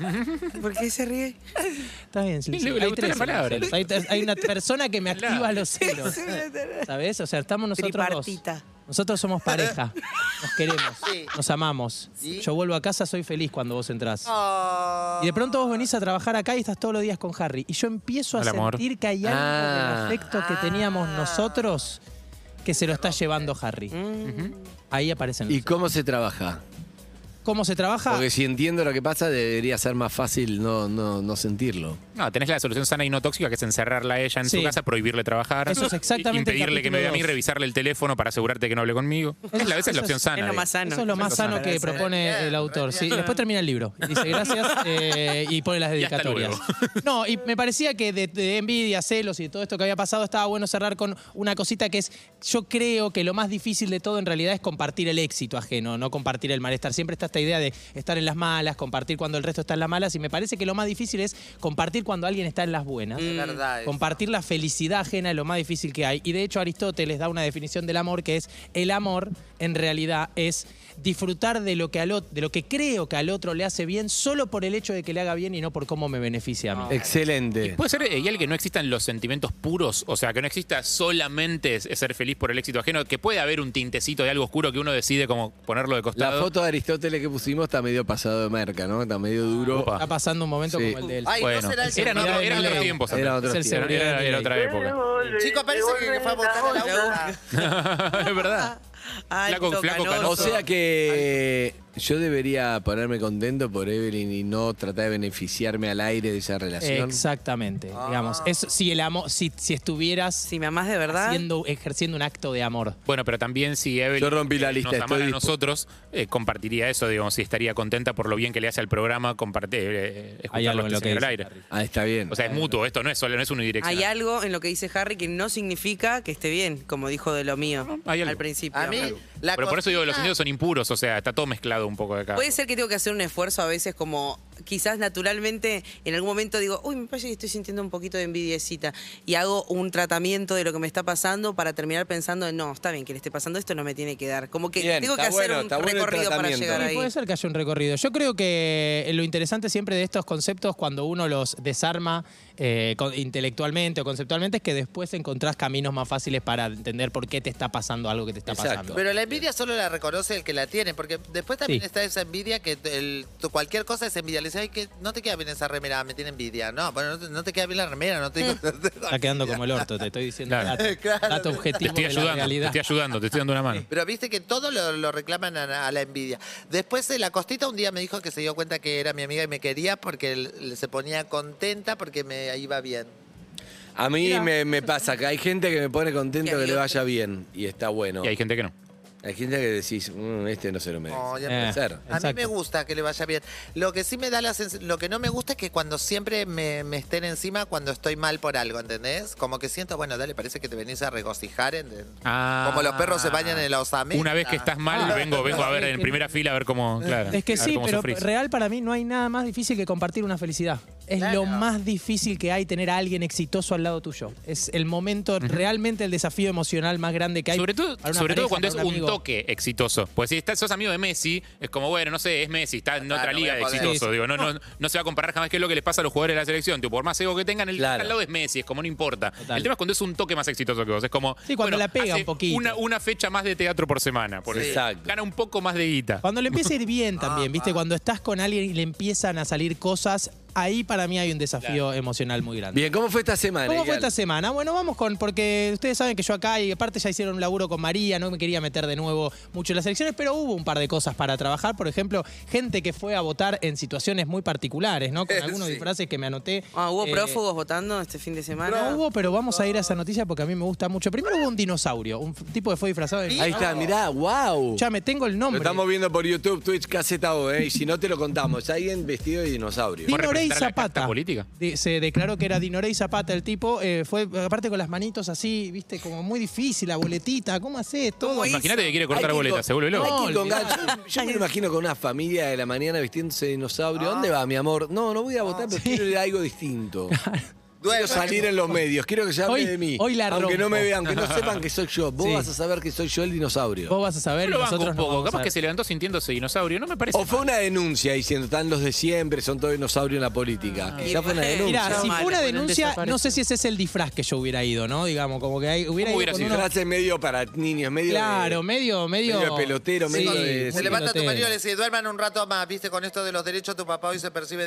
Speaker 4: ¿Por qué se ríe?
Speaker 5: Está bien, sí,
Speaker 6: Le-
Speaker 5: sí.
Speaker 6: le
Speaker 5: hay
Speaker 6: gustó la
Speaker 5: tres. en los
Speaker 6: palabra.
Speaker 5: celos. Hay, tres- hay una persona que me
Speaker 6: Claro.
Speaker 5: activa los celos. ¿Sabes? O sea, estamos nosotros dos.
Speaker 4: Tripartita.
Speaker 5: Nosotros somos pareja. Nos queremos.
Speaker 7: Sí.
Speaker 5: Nos amamos.
Speaker 7: Sí.
Speaker 5: Yo vuelvo a casa, soy feliz cuando vos entrás.
Speaker 7: Ah.
Speaker 5: Y de pronto vos venís a trabajar acá y estás todos los días con Harry. Y yo empiezo a
Speaker 6: Al amor.
Speaker 5: sentir que hay algo
Speaker 3: Ah.
Speaker 5: del afecto que teníamos nosotros que se lo está llevando Harry.
Speaker 7: ¿Mm?
Speaker 5: Ahí aparecen los
Speaker 3: ¿Y cómo se trabaja?
Speaker 5: ¿Cómo se trabaja?
Speaker 3: Porque si entiendo lo que pasa, debería ser más fácil no, no, no sentirlo.
Speaker 6: No, tenés la solución sana y no tóxica, que es encerrarla a ella en
Speaker 5: Sí.
Speaker 6: su casa, prohibirle trabajar.
Speaker 5: Eso es exactamente el
Speaker 6: Impedirle que me vea a mí,
Speaker 5: capítulo dos.
Speaker 6: revisarle el teléfono para asegurarte que no hable conmigo. Es la, esa es la
Speaker 5: eso
Speaker 6: opción
Speaker 5: es-
Speaker 6: sana.
Speaker 4: Es lo
Speaker 6: digo.
Speaker 4: más sano.
Speaker 5: Eso es lo más sano que propone el autor. Sí, después termina el libro. Dice gracias eh, y pone las
Speaker 6: Y hasta
Speaker 5: dedicatorias. No, y me parecía que de, de envidia, celos y de todo esto que había pasado, estaba bueno cerrar con una cosita que es, yo creo que lo más difícil de todo en realidad es compartir el éxito ajeno, no compartir el malestar. Siempre está esta idea de estar en las malas, compartir cuando el resto está en las malas y me parece que lo más difícil es compartir cuando alguien está en las buenas.
Speaker 7: Es verdad. eso.
Speaker 5: Compartir la felicidad ajena es lo más difícil que hay. Y de hecho Aristóteles da una definición del amor que es el amor en realidad es disfrutar de lo que al ot- de lo que creo que al otro le hace bien solo por el hecho de que le haga bien y no por cómo me beneficia a
Speaker 7: Ah.
Speaker 5: mí.
Speaker 3: Excelente.
Speaker 6: Puede ser eh, y el que no existan los sentimientos puros, o sea, que no exista solamente es- ser feliz por el éxito ajeno, que puede haber un tintecito de algo oscuro que uno decide como ponerlo de
Speaker 3: La
Speaker 6: costado.
Speaker 3: foto de Aristóteles que pusimos está medio pasado de merca, ¿no? Está medio duro.
Speaker 6: Opa.
Speaker 5: Está pasando un momento
Speaker 3: Sí.
Speaker 5: como el de él.
Speaker 7: Ay,
Speaker 6: Bueno,
Speaker 7: no será el
Speaker 6: eran
Speaker 7: seguridad
Speaker 6: otro-
Speaker 7: de
Speaker 6: eran
Speaker 7: Milei.
Speaker 6: otros tiempos.
Speaker 3: Era otro
Speaker 6: antes.
Speaker 5: Es el
Speaker 3: tiempo.
Speaker 5: seguridad
Speaker 6: Era-
Speaker 5: de
Speaker 6: era
Speaker 5: Milei.
Speaker 6: otra época.
Speaker 7: Chico, parece que fue a votar a la urna.
Speaker 6: es verdad.
Speaker 4: Ay,
Speaker 6: Flaco-
Speaker 4: todo
Speaker 6: flaco
Speaker 3: O
Speaker 6: canoso.
Speaker 3: sea que yo debería ponerme contento por Evelyn y no tratar de beneficiarme al aire de esa relación.
Speaker 5: Exactamente.
Speaker 7: Ah.
Speaker 5: Digamos, es, si el amor, si, si estuvieras
Speaker 4: Si me amás de verdad.
Speaker 5: haciendo- ejerciendo un acto de amor.
Speaker 6: Bueno, pero también si Evelyn
Speaker 3: Yo rompí la
Speaker 6: eh,
Speaker 3: lista,
Speaker 6: nos amara
Speaker 3: estoy
Speaker 6: a
Speaker 3: dispu-
Speaker 6: nosotros, eh, compartiría eso, digamos, si estaría contenta por lo bien que le hace al programa, compartir, eh,
Speaker 5: Hay algo en
Speaker 6: escucharlo este
Speaker 5: lo que
Speaker 6: señor al
Speaker 5: dice
Speaker 6: aire.
Speaker 5: Harry.
Speaker 3: Ah, está bien.
Speaker 6: O sea, es mutuo, esto no es solo, no es unidireccional.
Speaker 4: Hay algo en lo que dice Harry que no significa que esté bien, como dijo de lo mío
Speaker 6: hay algo.
Speaker 4: al principio.
Speaker 7: A mí, la
Speaker 6: Pero por eso digo que los
Speaker 7: cocina-
Speaker 6: sentidos son impuros, o sea, está todo mezclado un poco de acá.
Speaker 4: Puede ser que tengo que hacer un esfuerzo a veces como quizás naturalmente en algún momento digo, uy, me parece que estoy sintiendo un poquito de envidiecita y hago un tratamiento de lo que me está pasando para terminar pensando, no, está bien que le esté pasando esto, no me tiene que dar. Como que
Speaker 3: Bien,
Speaker 4: tengo que
Speaker 3: está
Speaker 4: hacer
Speaker 3: bueno,
Speaker 4: un
Speaker 3: está bueno el
Speaker 4: recorrido para
Speaker 3: tratamiento.
Speaker 4: llegar
Speaker 5: Sí,
Speaker 4: ahí.
Speaker 5: puede ser que haya un recorrido. Yo creo que lo interesante siempre de estos conceptos, cuando uno los desarma eh, con- intelectualmente o conceptualmente, es que después encontrás caminos más fáciles para entender por qué te está pasando algo que te está
Speaker 3: Exacto.
Speaker 5: pasando.
Speaker 7: Pero la envidia solo la reconoce el que la tiene, porque después también
Speaker 5: Sí.
Speaker 7: está esa envidia que el- tu- cualquier cosa es envidia. Le dices, ay, que no te queda bien esa remera, me tiene envidia. No, bueno, no te, no te queda bien la remera, no te digo.
Speaker 5: está quedando como el orto, te estoy diciendo.
Speaker 6: Claro.
Speaker 5: Dato,
Speaker 7: Claro.
Speaker 5: dato objetivo
Speaker 6: te estoy
Speaker 5: de la
Speaker 6: ayudando, te
Speaker 5: realidad.
Speaker 6: estoy ayudando, te estoy dando una mano.
Speaker 7: Pero viste que todo lo, lo reclaman a, a la envidia. Después eh, la costita un día me dijo que se dio cuenta que era mi amiga y me quería porque él- se ponía contenta porque me iba bien.
Speaker 3: A mí me, me pasa que hay gente que me pone contento
Speaker 4: Que
Speaker 3: que le
Speaker 4: adiós.
Speaker 3: vaya bien y está bueno.
Speaker 6: Y hay
Speaker 3: Hay,
Speaker 6: gente que no.
Speaker 3: gente que decís, "Mm, este no se lo merece.
Speaker 7: Oh, ya
Speaker 5: Eh,
Speaker 7: empezó.
Speaker 3: Ser.
Speaker 7: A mí me
Speaker 5: exacto.
Speaker 7: gusta que le vaya bien. Lo que sí me da la sens- lo que no me gusta es que cuando siempre me, me estén encima cuando estoy mal por algo, ¿entendés? Como que siento, bueno, dale, parece que te venís a regocijar. ¿entendés?
Speaker 6: Ah.
Speaker 7: Como los perros se bañan en la osamenta.
Speaker 6: Una vez que estás mal,
Speaker 5: Ah.
Speaker 6: vengo, vengo a ver en primera fila a ver cómo. Claro,
Speaker 5: Es que
Speaker 6: a ver
Speaker 5: sí,
Speaker 6: cómo
Speaker 5: pero
Speaker 6: sufrís.
Speaker 5: real para mí no hay nada más difícil que compartir una felicidad. Es
Speaker 7: Claro.
Speaker 5: lo más difícil que hay tener a alguien exitoso al lado tuyo. Es el momento, realmente el desafío emocional más grande que hay.
Speaker 6: Sobre todo,
Speaker 5: para una
Speaker 6: sobre todo
Speaker 5: pareja,
Speaker 6: cuando es
Speaker 5: para
Speaker 6: un,
Speaker 5: amigo.
Speaker 6: toque exitoso. Pues si estás, sos amigo de Messi, es como, bueno, no sé, es Messi, está en
Speaker 7: Ah,
Speaker 6: otra
Speaker 7: no
Speaker 6: liga
Speaker 7: voy
Speaker 6: de
Speaker 7: a poder.
Speaker 6: exitoso.
Speaker 5: Sí, sí.
Speaker 6: Digo, no, no, no se va a comparar jamás qué es lo que les pasa a los jugadores de la selección. Tipo, por más ego que tengan, el que
Speaker 3: Claro.
Speaker 6: está al lado es Messi, es como no importa.
Speaker 5: Total.
Speaker 6: El tema es cuando es un toque más exitoso que vos. Es como.
Speaker 5: Sí, cuando la pega
Speaker 6: hace
Speaker 5: un poquito.
Speaker 6: Una, una fecha más de teatro por semana. Por
Speaker 3: Sí.
Speaker 6: ejemplo.
Speaker 3: Exacto.
Speaker 6: Gana un poco más de guita.
Speaker 5: Cuando le empieza a ir bien también, ¿viste? Cuando estás con alguien y le empiezan a salir cosas, ahí para mí hay un desafío emocional muy grande.
Speaker 3: Bien, ¿cómo fue esta semana?
Speaker 5: ¿Cómo fue
Speaker 3: Igal?
Speaker 5: esta semana? Bueno, vamos con, porque ustedes saben que yo acá y aparte ya hicieron un laburo con María, no me quería meter de nuevo mucho en las elecciones, pero hubo un par de cosas para trabajar. Por ejemplo, gente que fue a votar en situaciones muy particulares, ¿no? Con algunos
Speaker 3: Sí.
Speaker 5: disfraces que me anoté.
Speaker 4: Ah, ¿Hubo
Speaker 5: Eh,
Speaker 4: prófugos votando este fin de semana?
Speaker 5: No hubo, pero vamos a ir a esa noticia porque a mí me gusta mucho. Primero hubo un dinosaurio, un f- tipo que fue disfrazado de.
Speaker 3: Ahí está, mirá, wow.
Speaker 5: Ya me tengo el
Speaker 3: Lo
Speaker 5: nombre.
Speaker 3: estamos viendo por YouTube, Twitch, Caseta O, ¿eh? Y si no te lo contamos, alguien vestido de dinosaurio.
Speaker 6: Por
Speaker 5: Dinorey
Speaker 6: representar la
Speaker 5: Zapata.
Speaker 6: casta política.
Speaker 5: De- se declaró que era Dinorey Zapata el tipo. eh, fue aparte con las manitos así, viste, como muy difícil, la boletita. ¿Cómo haces todo?
Speaker 4: hizo?
Speaker 6: Imagínate que quiere
Speaker 3: Hay
Speaker 6: cortar
Speaker 3: que ir
Speaker 6: boletas,
Speaker 3: con-
Speaker 6: se vuelve
Speaker 3: hay
Speaker 6: loco.
Speaker 3: que ir con gancho. Yo me lo imagino con una familia de la mañana vistiéndose de
Speaker 5: Ah.
Speaker 3: dinosaurio. ¿Dónde va, mi amor? No, no voy a votar, pero quiero ir a algo distinto. Quiero salir en los medios, quiero que se hable
Speaker 5: Hoy-
Speaker 3: de mí.
Speaker 5: hoy la
Speaker 3: aunque no
Speaker 5: rompo.
Speaker 3: me vean, que no sepan que soy yo. Vos
Speaker 5: Sí.
Speaker 3: vas a saber que soy yo el dinosaurio.
Speaker 5: Vos vas a saber
Speaker 6: Yo lo
Speaker 5: y
Speaker 6: banco
Speaker 5: nosotros
Speaker 6: un
Speaker 5: no
Speaker 6: poco,
Speaker 5: vamos a
Speaker 6: capaz que se
Speaker 5: saber.
Speaker 6: levantó sintiéndose dinosaurio, no me
Speaker 7: Oh,
Speaker 6: parece.
Speaker 3: O fue
Speaker 6: mal.
Speaker 3: una denuncia diciendo, están los de siempre, son todos dinosaurios en la política. Quizá fue una
Speaker 4: bueno.
Speaker 3: denuncia.
Speaker 5: Ah. Mirá,
Speaker 4: Chao,
Speaker 5: si
Speaker 4: Male,
Speaker 5: fue una
Speaker 4: bueno,
Speaker 5: denuncia, no sé si ese es el disfraz que yo hubiera ido, ¿no? Digamos, como que hay- hubiera ido
Speaker 6: ¿Cómo hubiera
Speaker 5: con
Speaker 6: sido?
Speaker 5: uno-
Speaker 3: Frase medio para niños, medio de-
Speaker 5: Claro, medio, medio.
Speaker 3: eh. medio de pelotero, medio de-
Speaker 5: muy
Speaker 7: Se levanta tu
Speaker 5: pelotero.
Speaker 7: marido y le dice, duerman un rato más, viste, con esto de los derechos tu papá hoy se percibe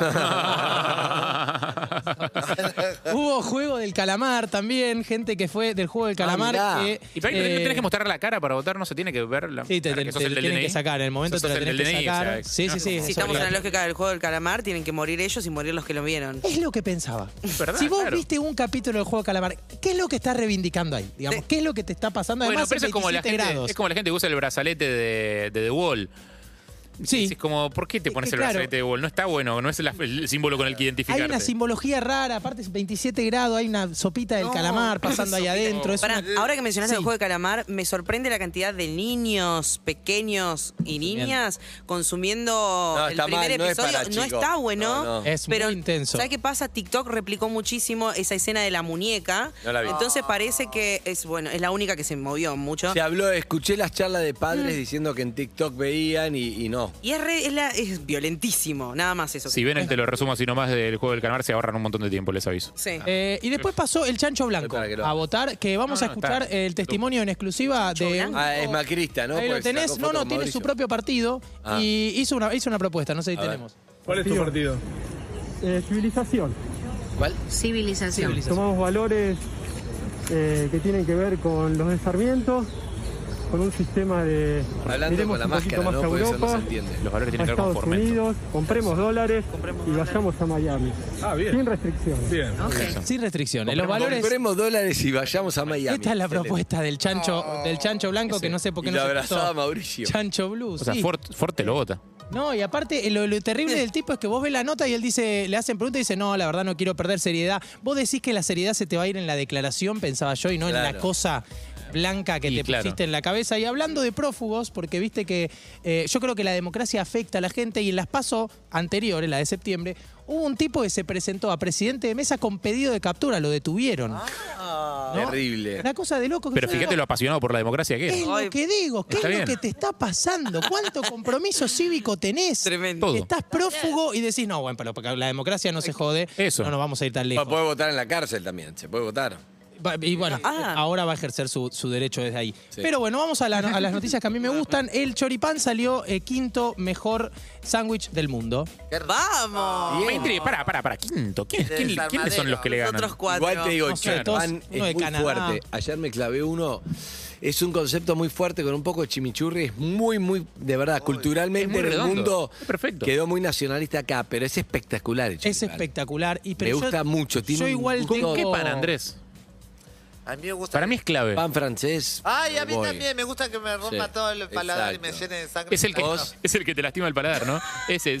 Speaker 5: Hubo juego del calamar también, gente que fue del juego del calamar.
Speaker 3: mirá.
Speaker 5: que,
Speaker 6: y para que
Speaker 5: eh,
Speaker 6: tenés que mostrar la cara para votar, no se tiene que ver la
Speaker 5: Sí, te,
Speaker 6: cara
Speaker 5: te-
Speaker 6: que sos
Speaker 5: te
Speaker 6: el del
Speaker 5: tienen
Speaker 6: DNI.
Speaker 5: que sacar, en el momento
Speaker 6: Sos
Speaker 5: te la
Speaker 6: el
Speaker 5: tenés
Speaker 6: del
Speaker 5: que
Speaker 6: DNI, o sea,
Speaker 5: sacar.
Speaker 6: es-
Speaker 5: sí, sí, sí.
Speaker 6: no,
Speaker 5: es
Speaker 4: Si estamos en la
Speaker 5: obligatorio.
Speaker 4: lógica del juego del calamar, tienen que morir ellos y morir los que lo vieron.
Speaker 5: Es lo que pensaba.
Speaker 6: verdad,
Speaker 5: si vos
Speaker 6: claro.
Speaker 5: viste un capítulo del juego de Calamar, ¿qué es lo que estás reivindicando ahí? Digamos,
Speaker 4: Sí.
Speaker 5: ¿qué es lo que te está pasando?
Speaker 6: Bueno,
Speaker 5: Además,
Speaker 6: pero eso
Speaker 5: en
Speaker 6: es como, la
Speaker 5: 27
Speaker 6: gente,
Speaker 5: grados.
Speaker 6: es como la gente que usa el brazalete de, de The Wall.
Speaker 5: sí.
Speaker 6: Es como, ¿por qué te
Speaker 5: Es
Speaker 6: pones
Speaker 5: que,
Speaker 6: el
Speaker 5: claro.
Speaker 6: brazalete de Wall? No está bueno, no es la- el símbolo con el que identificarte.
Speaker 5: Hay una simbología rara, aparte es 27 grados, hay una sopita del
Speaker 7: No,
Speaker 5: calamar pasando ahí adentro. es
Speaker 4: Pará,
Speaker 5: una-
Speaker 4: ahora que mencionaste
Speaker 5: Sí.
Speaker 4: el juego de calamar, me sorprende la cantidad de niños pequeños y niñas consumiendo
Speaker 3: No,
Speaker 4: el
Speaker 3: está
Speaker 4: primer
Speaker 3: mal, no es
Speaker 4: episodio.
Speaker 3: para
Speaker 4: no
Speaker 3: chicos.
Speaker 4: está bueno.
Speaker 3: No, no.
Speaker 5: Es muy
Speaker 4: pero
Speaker 5: intenso.
Speaker 4: ¿Sabes qué pasa? TikTok replicó muchísimo esa escena de la muñeca.
Speaker 3: No la vi.
Speaker 4: Entonces parece que es bueno, es la única que se movió mucho.
Speaker 3: Se habló, escuché las charlas de padres diciendo que en TikTok veían y, y no.
Speaker 4: y es, re- es la- es violentísimo, nada más eso.
Speaker 6: Si ven el te lo resumo así nomás del juego del calamar, se ahorran un montón de tiempo, les aviso.
Speaker 4: Sí.
Speaker 5: Eh, y después pasó el Chancho Blanco
Speaker 3: Espera que lo-
Speaker 5: a votar, que vamos
Speaker 6: No,
Speaker 5: a
Speaker 6: no,
Speaker 5: escuchar
Speaker 6: está.
Speaker 5: el testimonio en exclusiva de...
Speaker 4: Blanco?
Speaker 3: Ah, es macrista, ¿no?
Speaker 5: Ahí lo
Speaker 3: Pues,
Speaker 5: tenés,
Speaker 3: sacó
Speaker 5: no,
Speaker 3: foto
Speaker 5: no,
Speaker 3: con
Speaker 5: tiene su
Speaker 3: Mauricio.
Speaker 5: propio partido
Speaker 3: Ah.
Speaker 5: y hizo una, hizo una propuesta, no sé si
Speaker 3: ver.
Speaker 5: tenemos.
Speaker 8: ¿Cuál es tu partido?
Speaker 9: Eh, civilización.
Speaker 3: ¿Cuál?
Speaker 9: Sí, Tomamos valores eh, que tienen que ver con los de Sarmiento, con un sistema de.
Speaker 3: Hablando
Speaker 9: miremos
Speaker 3: con la
Speaker 9: un poquito
Speaker 3: máscara, ¿no?
Speaker 9: más a
Speaker 3: Porque eso no se
Speaker 9: Europa,
Speaker 3: entiende.
Speaker 6: Los valores
Speaker 9: a
Speaker 6: tienen que ver con
Speaker 9: Estados
Speaker 6: Formento.
Speaker 9: Unidos, compremos dólares y vayamos a Miami.
Speaker 8: Ah,
Speaker 9: Sin
Speaker 8: bien.
Speaker 9: restricciones.
Speaker 8: Bien.
Speaker 5: Sin restricciones. Los valores.
Speaker 3: Compremos dólares y vayamos a Miami.
Speaker 5: Esta es la
Speaker 3: Excelente.
Speaker 5: propuesta del chancho, del chancho blanco que no sé por qué
Speaker 3: Y
Speaker 5: no
Speaker 3: lo
Speaker 5: se
Speaker 3: abrazaba
Speaker 5: puso
Speaker 3: Mauricio.
Speaker 5: Chancho Blue.
Speaker 6: O sea,
Speaker 5: sí.
Speaker 6: Fort, Fort te lo vota.
Speaker 5: No, y aparte, eh, lo, lo terrible del tipo es que vos ves la nota y él dice, le hacen pregunta y dice, no, la verdad no quiero perder seriedad. Vos decís que la seriedad se te va a ir en la declaración, pensaba yo, y no en
Speaker 3: Claro.
Speaker 5: la cosa blanca que
Speaker 6: Y
Speaker 5: te
Speaker 6: claro.
Speaker 5: pusiste en la cabeza. Y hablando de prófugos, porque viste que eh, yo creo que la democracia afecta a la gente y en las pasos anteriores, la de septiembre, hubo un tipo que se presentó a presidente de mesa con pedido de captura, lo detuvieron. ¿no?
Speaker 3: Terrible.
Speaker 5: Una cosa de loco. que
Speaker 6: Pero
Speaker 5: yo digo,
Speaker 6: fíjate lo apasionado por la democracia que
Speaker 5: ¿Qué
Speaker 6: es.
Speaker 5: es lo que digo? ¿Qué
Speaker 6: Está
Speaker 5: es lo
Speaker 6: bien.
Speaker 5: que te está pasando? ¿Cuánto compromiso cívico tenés?
Speaker 4: Tremendo.
Speaker 6: Todo.
Speaker 5: Estás prófugo y decís, no, bueno, pero porque la democracia no se jode,
Speaker 6: Eso.
Speaker 5: no nos vamos a ir
Speaker 3: Va,
Speaker 5: tan lejos.
Speaker 3: Puede votar en la cárcel también, se puede votar.
Speaker 5: Va- Y bueno,
Speaker 4: Ah.
Speaker 5: ahora va a ejercer su, su derecho desde ahí. Pero bueno, vamos a, la- a las noticias que a mí me gustan. El choripán salió eh, quinto mejor sándwich del mundo.
Speaker 4: ¡Vamos!
Speaker 6: Me intriga. Pará, pará, pará. Quinto. ¿Quién- quién-
Speaker 7: Desarmadero.
Speaker 6: ¿Quiénes son
Speaker 3: Ah,
Speaker 6: los que le ganan?
Speaker 4: Nosotros cuatro.
Speaker 3: Igual te digo,
Speaker 5: No
Speaker 3: el
Speaker 5: sé,
Speaker 3: choripán
Speaker 5: todos-
Speaker 3: es
Speaker 5: uno de
Speaker 3: muy
Speaker 5: Canadá.
Speaker 3: fuerte. Ayer me clavé uno. Es un concepto muy fuerte con un poco de chimichurri. Es muy, muy, de verdad, culturalmente
Speaker 6: es muy
Speaker 3: en el
Speaker 6: redondo.
Speaker 3: mundo
Speaker 6: Es perfecto.
Speaker 3: quedó muy nacionalista acá, pero es espectacular el
Speaker 5: Es
Speaker 3: choripán.
Speaker 5: espectacular. Y, pero
Speaker 3: Me
Speaker 5: yo-
Speaker 3: gusta mucho, tiene
Speaker 5: yo
Speaker 3: un
Speaker 5: igual
Speaker 3: gusto-
Speaker 5: tengo-
Speaker 6: ¿Qué pan, Andrés?
Speaker 7: A mí me gusta.
Speaker 6: Para mí es clave.
Speaker 3: Pan francés.
Speaker 7: Ay, a mí
Speaker 3: voy.
Speaker 7: también, me gusta que me rompa
Speaker 3: Sí,
Speaker 7: todo el paladar y me
Speaker 3: exacto.
Speaker 7: llene de sangre. Oh,
Speaker 6: Es el, que,
Speaker 3: Vos-
Speaker 6: es el que te lastima el paladar, ¿no? Ese,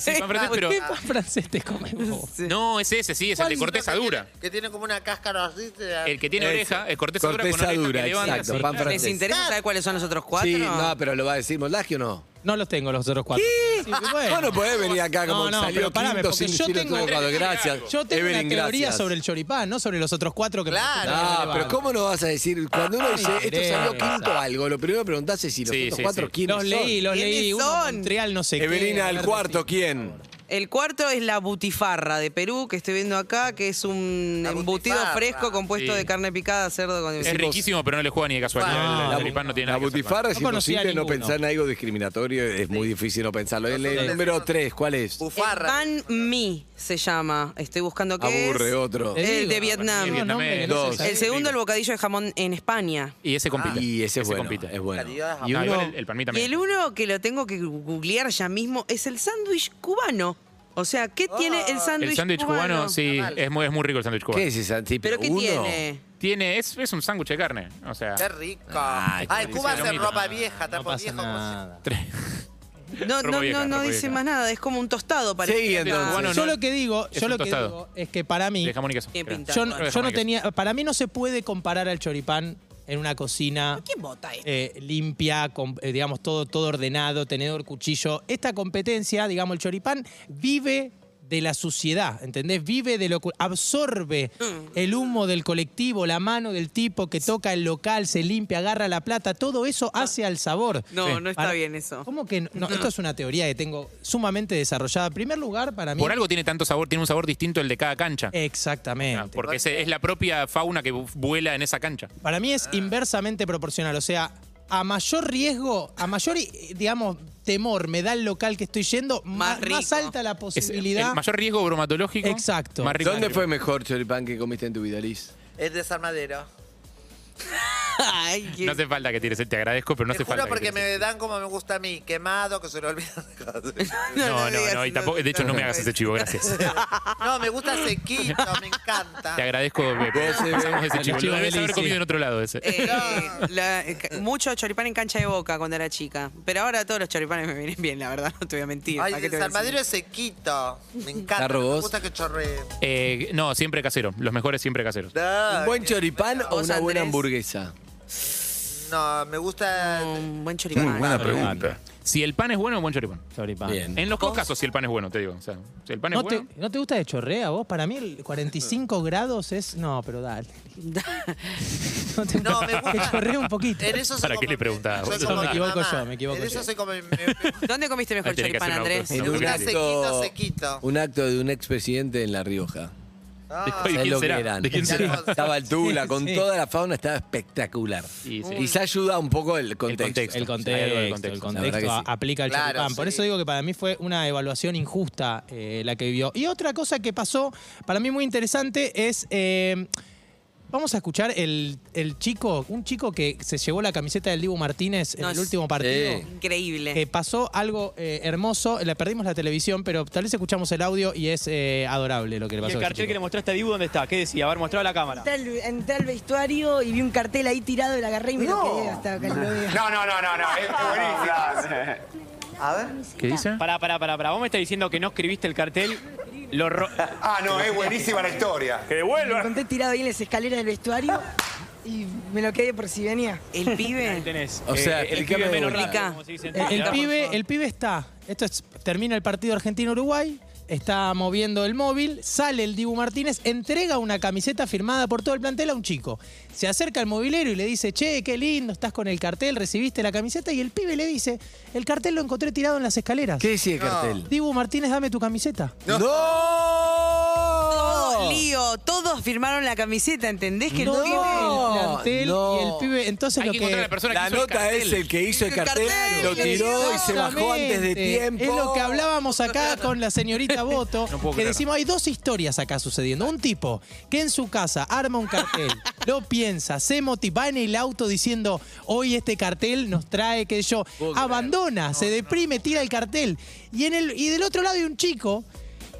Speaker 6: sí, pan francés,
Speaker 5: ¿Por
Speaker 6: pero.
Speaker 5: ¿Qué pan francés te comes vos?
Speaker 6: No, es ese, sí, es el de corteza dura.
Speaker 7: Que tiene como una cáscara así. te da-
Speaker 6: El que tiene
Speaker 3: Ese.
Speaker 6: oreja, es corteza,
Speaker 3: Corteza
Speaker 6: dura con oreja
Speaker 3: dura,
Speaker 6: que levanta.
Speaker 3: exacto,
Speaker 6: Sí,
Speaker 3: pan
Speaker 6: claro.
Speaker 4: ¿Les
Speaker 3: francés.
Speaker 4: interesa saber cuáles son los otros cuatro?
Speaker 3: Sí, no, pero lo va a decir Molaski o no.
Speaker 5: No los tengo los otros cuatro. Sí, bueno.
Speaker 3: Vos Ah, no podés venir acá como
Speaker 5: No, no,
Speaker 3: salió
Speaker 5: pero parame,
Speaker 3: quinto
Speaker 5: porque
Speaker 3: sin
Speaker 5: yo
Speaker 3: decir el
Speaker 5: tengo-
Speaker 3: abogado. Gracias.
Speaker 5: Yo tengo
Speaker 3: Evelyn,
Speaker 5: una teoría
Speaker 3: gracias.
Speaker 5: sobre el choripán, no sobre los otros cuatro que me
Speaker 7: Claro.
Speaker 5: resultan
Speaker 3: Ah,
Speaker 5: relevantes.
Speaker 3: pero ¿cómo no vas a decir? Cuando uno dice, esto salió
Speaker 5: interesa.
Speaker 3: quinto algo, lo primero que preguntás es si los
Speaker 6: Sí,
Speaker 3: otros
Speaker 6: sí,
Speaker 3: cuatro
Speaker 6: sí.
Speaker 3: quiénes
Speaker 5: Los
Speaker 3: son.
Speaker 5: leí, los
Speaker 4: ¿Quiénes
Speaker 5: leí. Uno
Speaker 4: son?
Speaker 5: Montreal, no sé qué.
Speaker 3: Evelina,
Speaker 5: a ver,
Speaker 3: el cuarto,
Speaker 5: decime.
Speaker 3: ¿quién?
Speaker 4: El cuarto es la butifarra de Perú, que estoy viendo acá, que es un
Speaker 7: La
Speaker 4: embutido
Speaker 7: butifarra.
Speaker 4: fresco compuesto
Speaker 6: Sí.
Speaker 4: de carne picada, cerdo con...
Speaker 6: Es riquísimo, pero no le juega ni de casualidad.
Speaker 7: Ah,
Speaker 6: el,
Speaker 3: La
Speaker 6: el choripán no tiene
Speaker 3: la
Speaker 6: nada que salvar.
Speaker 3: butifarra es
Speaker 5: No conocía
Speaker 3: imposible no
Speaker 5: ninguno.
Speaker 3: pensar en algo discriminatorio, es muy difícil no pensarlo. El, el número tres, ¿cuál es?
Speaker 7: Bufarra.
Speaker 4: Pan mi, se llama. Estoy buscando qué
Speaker 3: Aburre
Speaker 4: es.
Speaker 3: otro.
Speaker 5: Te
Speaker 4: El
Speaker 5: digo,
Speaker 4: de Vietnam.
Speaker 5: no, nombre que no
Speaker 3: Dos.
Speaker 5: se sabe.
Speaker 4: El segundo, el bocadillo de jamón en España.
Speaker 6: Y ese compite.
Speaker 3: Ah, Y ese es bueno.
Speaker 6: compite.
Speaker 3: Es bueno.
Speaker 7: Calidad de
Speaker 6: Y
Speaker 7: jamón.
Speaker 6: uno, el, el palmito
Speaker 4: Y
Speaker 6: también.
Speaker 4: el uno que lo tengo que googlear ya mismo es el sándwich cubano. O sea, ¿qué tiene el
Speaker 6: El
Speaker 4: sándwich cubano?
Speaker 6: sándwich cubano, sí, es muy, es muy rico el sándwich cubano.
Speaker 3: ¿Qué es ese tipo?
Speaker 4: ¿Pero qué
Speaker 3: uno?
Speaker 4: tiene?
Speaker 6: Tiene, es, es un sándwich de carne. O sea,
Speaker 7: Qué rico.
Speaker 3: Ay,
Speaker 7: Ay,
Speaker 3: qué
Speaker 7: Cuba
Speaker 6: delicioso.
Speaker 7: hace ropa vieja,
Speaker 5: No
Speaker 7: tapo
Speaker 5: pasa
Speaker 7: viejo. como si-
Speaker 5: nada.
Speaker 6: tres-
Speaker 4: No,
Speaker 6: Ropa
Speaker 4: no,
Speaker 6: vieja,
Speaker 4: no, no
Speaker 6: ropa
Speaker 4: dice
Speaker 6: vieja.
Speaker 4: más nada, es como un tostado para
Speaker 3: Sí, entonces.
Speaker 6: Cubano no-
Speaker 5: yo lo que digo,
Speaker 6: es
Speaker 5: yo
Speaker 6: un
Speaker 5: lo que
Speaker 6: tostado.
Speaker 5: digo es que para mí
Speaker 6: de jamón y queso.
Speaker 4: Bien
Speaker 6: creo.
Speaker 4: pintado.
Speaker 5: yo,
Speaker 4: Bueno,
Speaker 5: no-
Speaker 6: de
Speaker 5: yo
Speaker 6: jamón
Speaker 5: no
Speaker 6: y queso.
Speaker 5: tenía, para mí no se puede comparar al choripán en una cocina
Speaker 4: ¿Quién vota esto?
Speaker 5: eh, limpia, con, eh, digamos, todo, todo ordenado, tenedor, cuchillo. Esta competencia, digamos, el choripán vive de la suciedad, ¿entendés? Vive de lo cu- absorbe
Speaker 4: Mm.
Speaker 5: el humo del colectivo, la mano del tipo que toca el local, se limpia, agarra la plata, todo eso hace al sabor.
Speaker 4: Ah. No,
Speaker 6: Sí.
Speaker 4: no está
Speaker 5: Para-
Speaker 4: bien eso.
Speaker 5: ¿Cómo que no? No, Esto es una teoría que tengo sumamente desarrollada. En primer lugar, para mí...
Speaker 6: Por algo tiene tanto sabor, tiene un sabor distinto el de cada cancha.
Speaker 5: Exactamente.
Speaker 6: Ah, porque ese- es la propia fauna que bu- vuela en esa cancha.
Speaker 5: Para mí es inversamente proporcional. O sea, a mayor riesgo, a mayor, eh, digamos, temor me da el local que estoy yendo, ma-
Speaker 4: Más
Speaker 5: más,
Speaker 4: rico.
Speaker 5: alta la
Speaker 6: Es el
Speaker 5: posibilidad.
Speaker 6: mayor riesgo bromatológico.
Speaker 5: Exacto.
Speaker 6: Más rico
Speaker 3: ¿Dónde
Speaker 6: que-
Speaker 3: fue mejor choripán que comiste en tu vida, Liz?
Speaker 7: Es desarmadero.
Speaker 4: Ay, qué-
Speaker 6: No hace falta que tires, te agradezco, pero no
Speaker 7: Te
Speaker 6: hace
Speaker 7: juro
Speaker 6: falta. que
Speaker 7: porque
Speaker 6: tires.
Speaker 7: me dan como me gusta a mí, quemado, que se lo olvidan de cosas.
Speaker 6: No, no,
Speaker 4: digas,
Speaker 6: no, y tampoco, de hecho no me hagas ese chivo, gracias.
Speaker 7: No, me gusta sequito, me encanta.
Speaker 6: Te agradezco, eh,
Speaker 3: Vos,
Speaker 6: pasamos
Speaker 3: eh,
Speaker 6: ese
Speaker 5: el
Speaker 6: chivo.
Speaker 5: chivo
Speaker 6: Lo debes
Speaker 5: de
Speaker 6: haber
Speaker 5: Lizzy.
Speaker 6: comido en otro lado ese.
Speaker 4: Eh, la- eh, ca- mucho choripán en cancha de boca cuando era chica. Pero ahora todos los choripanes me vienen bien, la verdad, no te voy a mentir.
Speaker 7: Ay,
Speaker 4: ¿para qué
Speaker 7: el
Speaker 4: te voy a
Speaker 7: desarmadero
Speaker 4: decir?
Speaker 7: es sequito. Me encanta.
Speaker 3: Tarro,
Speaker 7: Me
Speaker 3: vos.
Speaker 7: gusta que chorree.
Speaker 6: Eh, no, siempre casero. Los mejores siempre caseros.
Speaker 7: No,
Speaker 3: ¿Un buen
Speaker 7: Ah, que-
Speaker 3: choripán o
Speaker 4: Vos,
Speaker 3: una buena
Speaker 4: Andrés.
Speaker 3: hamburguesa?
Speaker 7: No, me gusta.
Speaker 4: Un buen choripán.
Speaker 6: Si el pan es bueno, buen choripán.
Speaker 5: Choripán.
Speaker 3: Bien.
Speaker 6: En los dos casos, si el pan es bueno, te digo. O sea, si el pan es
Speaker 5: ¿No,
Speaker 6: bueno.
Speaker 5: te, ¿No te gusta de chorrea vos? Para mí el 45 grados es... No, pero dale. No, te-
Speaker 7: No, me gusta.
Speaker 5: Que chorrea un poquito.
Speaker 7: En eso soy
Speaker 6: ¿Para
Speaker 7: como
Speaker 6: qué le
Speaker 7: mi-
Speaker 6: preguntaba?
Speaker 7: soy
Speaker 6: Yo
Speaker 7: como
Speaker 5: me
Speaker 7: mi
Speaker 5: equivoco
Speaker 7: mamá.
Speaker 5: yo, me equivoco
Speaker 7: En eso
Speaker 5: yo.
Speaker 7: soy como. mi- me-
Speaker 4: ¿Dónde comiste mejor
Speaker 6: Ahí tenés que
Speaker 4: choripán,
Speaker 6: hacer un
Speaker 4: Andrés?
Speaker 6: auto-
Speaker 3: En
Speaker 6: No,
Speaker 3: un
Speaker 6: porque-
Speaker 3: acto,
Speaker 7: Sequito, sequito.
Speaker 3: un acto de un expresidente en La Rioja.
Speaker 7: Ah,
Speaker 6: ¿De
Speaker 3: ¿Sabés
Speaker 6: quién
Speaker 3: lo que
Speaker 6: será?
Speaker 3: eran?
Speaker 6: ¿De quién será?
Speaker 7: Hermoso.
Speaker 3: Estaba el Tula,
Speaker 5: Sí,
Speaker 3: con
Speaker 5: sí.
Speaker 3: toda la fauna estaba espectacular.
Speaker 6: Y sí.
Speaker 3: Quizá ayuda un poco el contexto.
Speaker 6: contexto.
Speaker 5: El
Speaker 6: Hay
Speaker 5: contexto,
Speaker 6: algo del
Speaker 5: el
Speaker 6: contexto,
Speaker 5: contexto,
Speaker 3: la verdad que sí.
Speaker 5: aplica el
Speaker 7: Claro,
Speaker 5: choripán. Por
Speaker 7: sí.
Speaker 5: eso digo que para mí fue una evaluación injusta eh, la que vivió. Y otra cosa que pasó, para mí muy interesante, es... eh, Vamos a escuchar el, el chico, un chico que se llevó la camiseta del Dibu Martínez en
Speaker 4: No,
Speaker 5: el
Speaker 4: es-
Speaker 5: último partido.
Speaker 3: Sí.
Speaker 4: Increíble.
Speaker 5: Eh, pasó algo eh, hermoso, le perdimos la televisión, pero tal vez escuchamos el audio y es eh, adorable lo que le
Speaker 8: ¿Y
Speaker 5: pasó.
Speaker 8: el
Speaker 5: a este
Speaker 8: cartel
Speaker 5: chico.
Speaker 8: que le mostraste a Dibu dónde está? ¿Qué decía? A ver, mostraba la cámara.
Speaker 10: Entré al- entré al vestuario y vi un cartel ahí tirado y lo agarré y me lo quedé hasta que lo vea.
Speaker 11: No, no, no, no, no, es buenísimo.
Speaker 7: A ver.
Speaker 6: ¿Qué dice?
Speaker 8: Pará, pará, pará, pará. Vos me estás diciendo que no escribiste el cartel. Lo ro-
Speaker 11: Ah, no, es buenísima la historia. Que
Speaker 10: Lo
Speaker 11: devuelva.
Speaker 10: encontré tirado ahí en las escaleras del vestuario y me lo quedé por si venía.
Speaker 4: El
Speaker 8: Ahí
Speaker 4: pibe.
Speaker 8: tenés. eh,
Speaker 3: O sea,
Speaker 8: el
Speaker 3: explícame
Speaker 8: pibe menos
Speaker 3: de
Speaker 8: raro,
Speaker 4: vuelta.
Speaker 8: como se dice en
Speaker 5: El- El,
Speaker 8: Twitter.
Speaker 5: pibe, el pibe está. Esto es, termina el partido Argentina-Uruguay. Está moviendo el móvil, sale el Dibu Martínez, entrega una camiseta firmada por todo el plantel a un chico. Se acerca al movilero y le dice, che, qué lindo, estás con el cartel, recibiste la camiseta. Y el pibe le dice, el cartel lo encontré tirado en las escaleras.
Speaker 3: ¿Qué decía el cartel?
Speaker 5: Dibu Martínez, dame tu camiseta.
Speaker 3: ¡No!
Speaker 4: Todo lío. Todos firmaron la camiseta, ¿entendés? Que
Speaker 5: Todo
Speaker 4: el pibe.
Speaker 5: el plantel
Speaker 3: no.
Speaker 5: y el pibe. Entonces
Speaker 6: Hay
Speaker 5: lo
Speaker 6: que
Speaker 5: que.
Speaker 6: encontrar a la persona
Speaker 3: La
Speaker 6: que hizo el
Speaker 3: nota
Speaker 6: cartel.
Speaker 3: es el que hizo el
Speaker 4: Hizo el
Speaker 3: cartel,
Speaker 4: cartel.
Speaker 3: lo tiró y se bajó antes de tiempo.
Speaker 5: Exactamente. Es lo que hablábamos acá con la señorita Boto,
Speaker 6: No puedo
Speaker 5: que
Speaker 6: creer.
Speaker 5: decimos, hay dos historias acá sucediendo. Un tipo que en su casa arma un cartel, lo piensa, se motiva, va en el auto diciendo, hoy este cartel nos trae que yo, abandona, se deprime, tira el cartel. Y, en el, y del otro lado hay un chico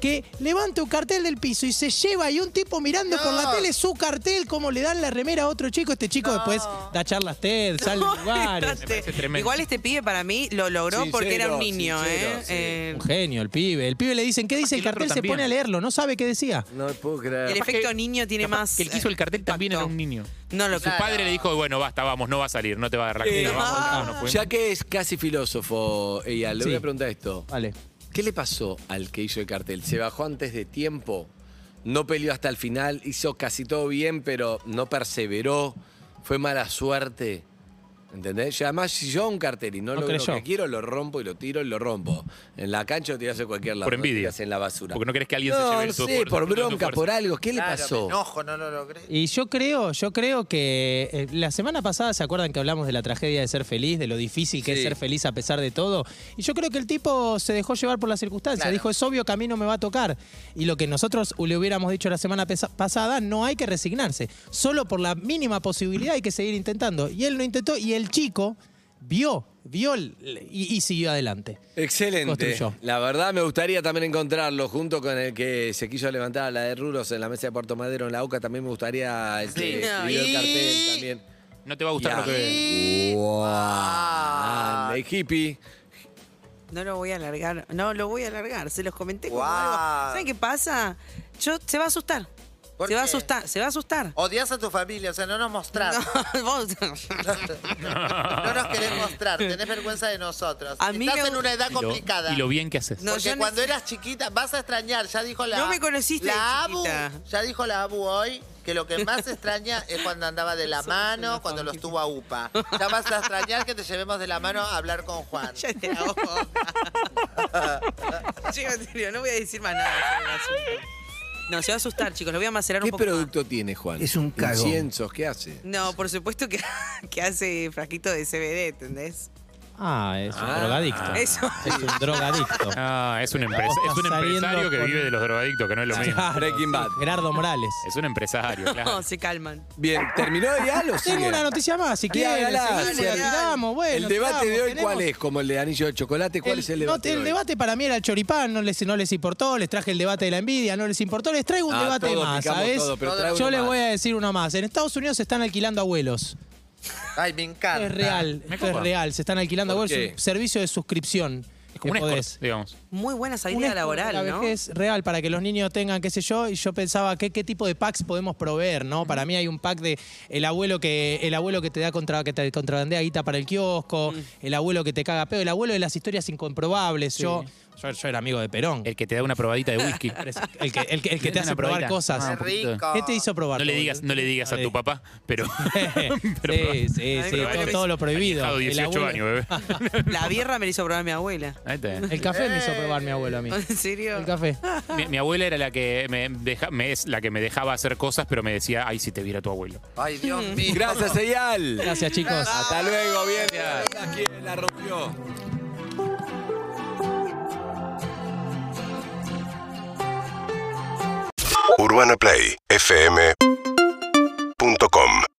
Speaker 5: que levanta un cartel del piso y se lleva y un tipo mirando por la tele su cartel, como le dan la remera a otro chico, este chico después da charlas TED, sale en lugares.
Speaker 6: Me parece tremendo.
Speaker 4: Igual este pibe para mí lo logró
Speaker 3: Sincero,
Speaker 4: porque era un niño,
Speaker 3: sincero,
Speaker 4: ¿eh?
Speaker 3: sí.
Speaker 4: Eh,
Speaker 5: Un genio, el pibe. El pibe le dicen, ¿qué dice el
Speaker 6: que el otro
Speaker 5: cartel? Se
Speaker 6: también.
Speaker 5: pone a leerlo, no sabe qué decía.
Speaker 3: No puedo
Speaker 4: el
Speaker 3: creer.
Speaker 6: Capaz
Speaker 4: efecto
Speaker 6: que-
Speaker 4: niño tiene
Speaker 6: Capaz
Speaker 4: más. eh,
Speaker 6: que el que hizo el cartel también era un niño.
Speaker 4: No lo
Speaker 6: Su padre le dijo, bueno, basta, vamos, no va a salir, no te va a dar la
Speaker 3: Eh,
Speaker 6: comida, vamos,
Speaker 5: Ah.
Speaker 6: no, no fuimos.
Speaker 3: Ya que es casi filósofo, ella, le
Speaker 5: Sí.
Speaker 3: voy a preguntar esto.
Speaker 5: Vale.
Speaker 3: ¿Qué le pasó al que hizo el cartel? ¿Se bajó antes de tiempo? ¿No peleó hasta el final? ¿Hizo casi todo bien, pero no perseveró? ¿Fue mala suerte? ¿Entendés? Y además, si yo a un cartel y no,
Speaker 5: No
Speaker 3: logro lo
Speaker 5: creyó.
Speaker 3: que quiero, lo rompo y lo tiro y lo rompo. En la cancha lo tirás en cualquier lado.
Speaker 6: Por
Speaker 3: lo
Speaker 6: envidia.
Speaker 3: tirás en la basura.
Speaker 6: Porque no querés que alguien se
Speaker 3: No,
Speaker 6: lleve el
Speaker 3: no
Speaker 6: tu
Speaker 3: sé,
Speaker 6: esfuerzo,
Speaker 3: por
Speaker 6: tu
Speaker 3: bronca,
Speaker 6: esfuerzo.
Speaker 3: por algo. ¿Qué
Speaker 7: Claro,
Speaker 3: le pasó?
Speaker 7: Me enojo, no lo logré.
Speaker 5: Y yo creo, yo creo que eh, la semana pasada, ¿se acuerdan que hablamos de la tragedia de ser feliz, de lo difícil que es
Speaker 3: Sí.
Speaker 5: ser feliz a pesar de todo? Y yo creo que el tipo se dejó llevar por las circunstancias,
Speaker 7: Claro.
Speaker 5: dijo, es obvio que a mí no me va a tocar. Y lo que nosotros le hubiéramos dicho la semana pesa- pasada, no hay que resignarse. Solo por la mínima posibilidad hay que seguir intentando. Y él lo intentó y el chico vio, vio el- y, y siguió adelante.
Speaker 3: Excelente.
Speaker 5: Construyó.
Speaker 3: La verdad me gustaría también encontrarlo junto con el que se quiso levantar a la de Rulos en la mesa de Puerto Madero en la UCA. También me gustaría el que
Speaker 6: Sí.
Speaker 3: escribió el cartel también.
Speaker 6: No te va a gustar
Speaker 3: Ya.
Speaker 6: lo que ves.
Speaker 3: Wow.
Speaker 6: Ah,
Speaker 7: Ah,
Speaker 3: Grande, hippie.
Speaker 4: No lo voy a alargar, no lo voy a alargar, se los comenté como
Speaker 7: Guau.
Speaker 4: algo. ¿Saben qué pasa? Yo, se va a asustar.
Speaker 7: ¿Por
Speaker 4: Se va a
Speaker 7: qué?
Speaker 4: asustar, se va a asustar.
Speaker 7: Odias a tu familia, o sea, no nos mostrás.
Speaker 4: No, vos-
Speaker 7: No nos querés mostrar, tenés vergüenza de nosotros.
Speaker 4: A mí
Speaker 7: Estás
Speaker 4: me-
Speaker 7: en una edad
Speaker 6: Y lo-
Speaker 7: complicada.
Speaker 6: Y lo bien que haces.
Speaker 4: No, yo
Speaker 7: Porque
Speaker 4: no-
Speaker 7: cuando eras chiquita, vas a extrañar, ya dijo la
Speaker 4: No me conociste de
Speaker 7: La Abu,
Speaker 4: chiquita.
Speaker 7: ya dijo la Abu hoy que lo que más extraña es cuando andaba de la mano, cuando los tuvo a UPA. Ya vas a extrañar que te llevemos de la mano a hablar con Juan.
Speaker 4: Ya te la boca. Chicos, en serio, no voy a decir más nada. se va a asustar. No, se va a asustar, chicos, lo voy a macerar un
Speaker 3: ¿Qué
Speaker 4: poco. más.
Speaker 3: producto tiene, Juan?
Speaker 12: Es un cagón.
Speaker 3: Inciensos, ¿qué hace?
Speaker 4: No, por supuesto que, que hace frasquito de CBD, ¿entendés?
Speaker 5: Ah, es un
Speaker 3: Ah.
Speaker 5: drogadicto.
Speaker 4: Eso.
Speaker 5: Es un drogadicto.
Speaker 6: Ah, es un, empresa-
Speaker 5: Vos
Speaker 6: es un
Speaker 5: estás
Speaker 6: empresario
Speaker 5: saliendo
Speaker 6: que
Speaker 5: con- Ah.
Speaker 6: vive de los drogadictos, que no es lo mismo.
Speaker 5: Claro,
Speaker 3: Breaking Bad.
Speaker 5: Gerardo Morales.
Speaker 6: Es un empresario, claro.
Speaker 4: No, se calman.
Speaker 3: Bien, ¿terminó ya lo sigue?
Speaker 5: Tengo una noticia más, si
Speaker 3: Dale,
Speaker 5: quieren.
Speaker 3: dale,
Speaker 5: seguimos, la
Speaker 3: dale.
Speaker 5: tiramos, bueno,
Speaker 3: el debate
Speaker 5: tiramos,
Speaker 3: de hoy,
Speaker 5: tenemos-
Speaker 3: ¿cuál es? Como el de anillo de chocolate, ¿cuál
Speaker 5: el-
Speaker 3: es el
Speaker 5: no,
Speaker 3: debate? de
Speaker 5: el
Speaker 3: hoy?
Speaker 5: debate para mí era el choripán, no les, no les importó, les traje el debate de la envidia, no les importó, les traigo un
Speaker 3: Ah,
Speaker 5: debate
Speaker 3: todos
Speaker 5: más,
Speaker 3: picamos
Speaker 5: ¿sabes?
Speaker 3: todo, pero
Speaker 7: Todo-
Speaker 3: trae
Speaker 5: Yo
Speaker 3: uno
Speaker 5: les
Speaker 3: más.
Speaker 5: voy a decir uno más. En Estados Unidos se están alquilando abuelos.
Speaker 7: Ay, me encanta.
Speaker 5: Es real,
Speaker 6: Me
Speaker 5: esto es
Speaker 6: copa.
Speaker 5: real. Se están alquilando
Speaker 3: ¿Por
Speaker 5: abuelos. Es
Speaker 3: qué?
Speaker 5: un servicio de suscripción.
Speaker 6: Es como un
Speaker 5: que
Speaker 6: escort,
Speaker 5: podés.
Speaker 6: digamos.
Speaker 4: Muy buena
Speaker 5: Un
Speaker 4: salida
Speaker 5: escort de
Speaker 4: laboral,
Speaker 5: la
Speaker 4: ¿no?
Speaker 5: vejez real para que los niños tengan, qué sé yo, y yo pensaba qué, qué tipo de packs podemos proveer, ¿no? Para mí hay un pack de el abuelo que el abuelo que te da contra que te contrabandea guita para el kiosco,
Speaker 4: Mm.
Speaker 5: el abuelo que te caga pedo, el abuelo de las historias incomprobables. Yo, yo yo era amigo de Perón.
Speaker 6: El que te da una probadita de whisky.
Speaker 5: El que, el que- el que te
Speaker 6: Una
Speaker 5: hace probar
Speaker 6: probadita.
Speaker 5: cosas.
Speaker 6: Ah, un
Speaker 7: Qué
Speaker 6: poquito.
Speaker 7: rico.
Speaker 5: ¿Qué te hizo probar?
Speaker 6: No le
Speaker 5: todo?
Speaker 6: digas, no le digas
Speaker 5: No
Speaker 6: a tu papá, pero. pero
Speaker 5: sí, sí,
Speaker 4: Ay,
Speaker 5: sí,
Speaker 4: probá.
Speaker 5: todo, todo lo prohibido.
Speaker 6: Dejado
Speaker 5: El
Speaker 6: 18
Speaker 5: abuelo- Ah.
Speaker 6: años, bebé.
Speaker 4: La birra me la hizo probar mi abuela.
Speaker 6: Ahí está.
Speaker 5: El café me hizo probar mi abuelo a mí.
Speaker 4: ¿En serio?
Speaker 5: El café.
Speaker 6: Mi, mi abuela era la que me, deja- me es la que me dejaba hacer cosas, pero me decía, ay, si te viera tu abuelo.
Speaker 7: Ay, Dios mío.
Speaker 3: Gracias, Eyal.
Speaker 5: Gracias, chicos.
Speaker 3: Hasta luego, bien. La que la rompió.
Speaker 1: UrbanaPlayFM.com